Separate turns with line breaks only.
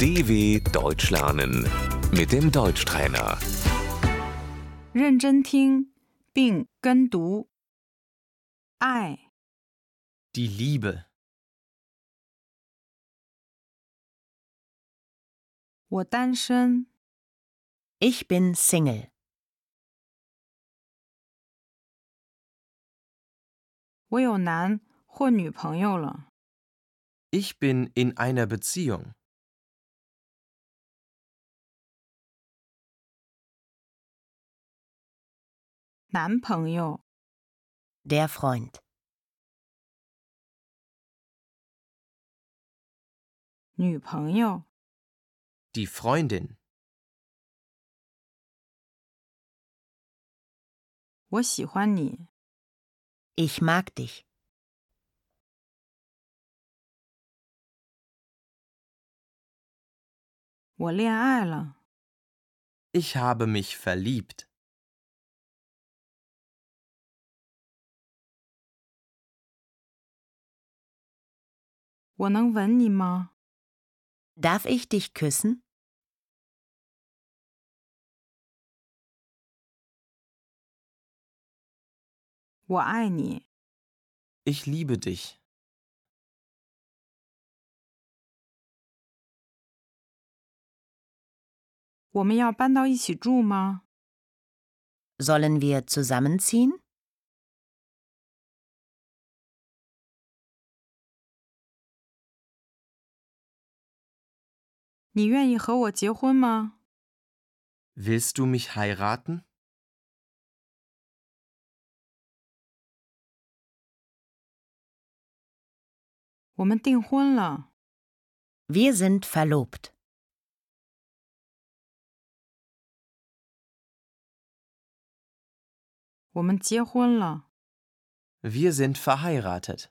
DW Deutsch lernen mit dem Deutschtrainer.
认真听并跟读。爱、
Die Liebe,
我单身、
Ich bin Single.
我有男或女朋友了。
ich bin in einer Beziehung.
男朋友、
Der Freund.
女朋友、
Die Freundin,
我喜欢你。
Ich mag dich.
我恋爱了。
ich habe mich verliebt.
我能吻你吗？
Darf ich dich küssen?
我爱你。
Ich liebe dich.
我们要搬到一起住吗？
Sollen wir zusammenziehen?
你愿意和我结婚吗？
Willst du mich heiraten?
我们订婚了。
Wir sind verlobt.
我们结婚了。
Wir sind verheiratet.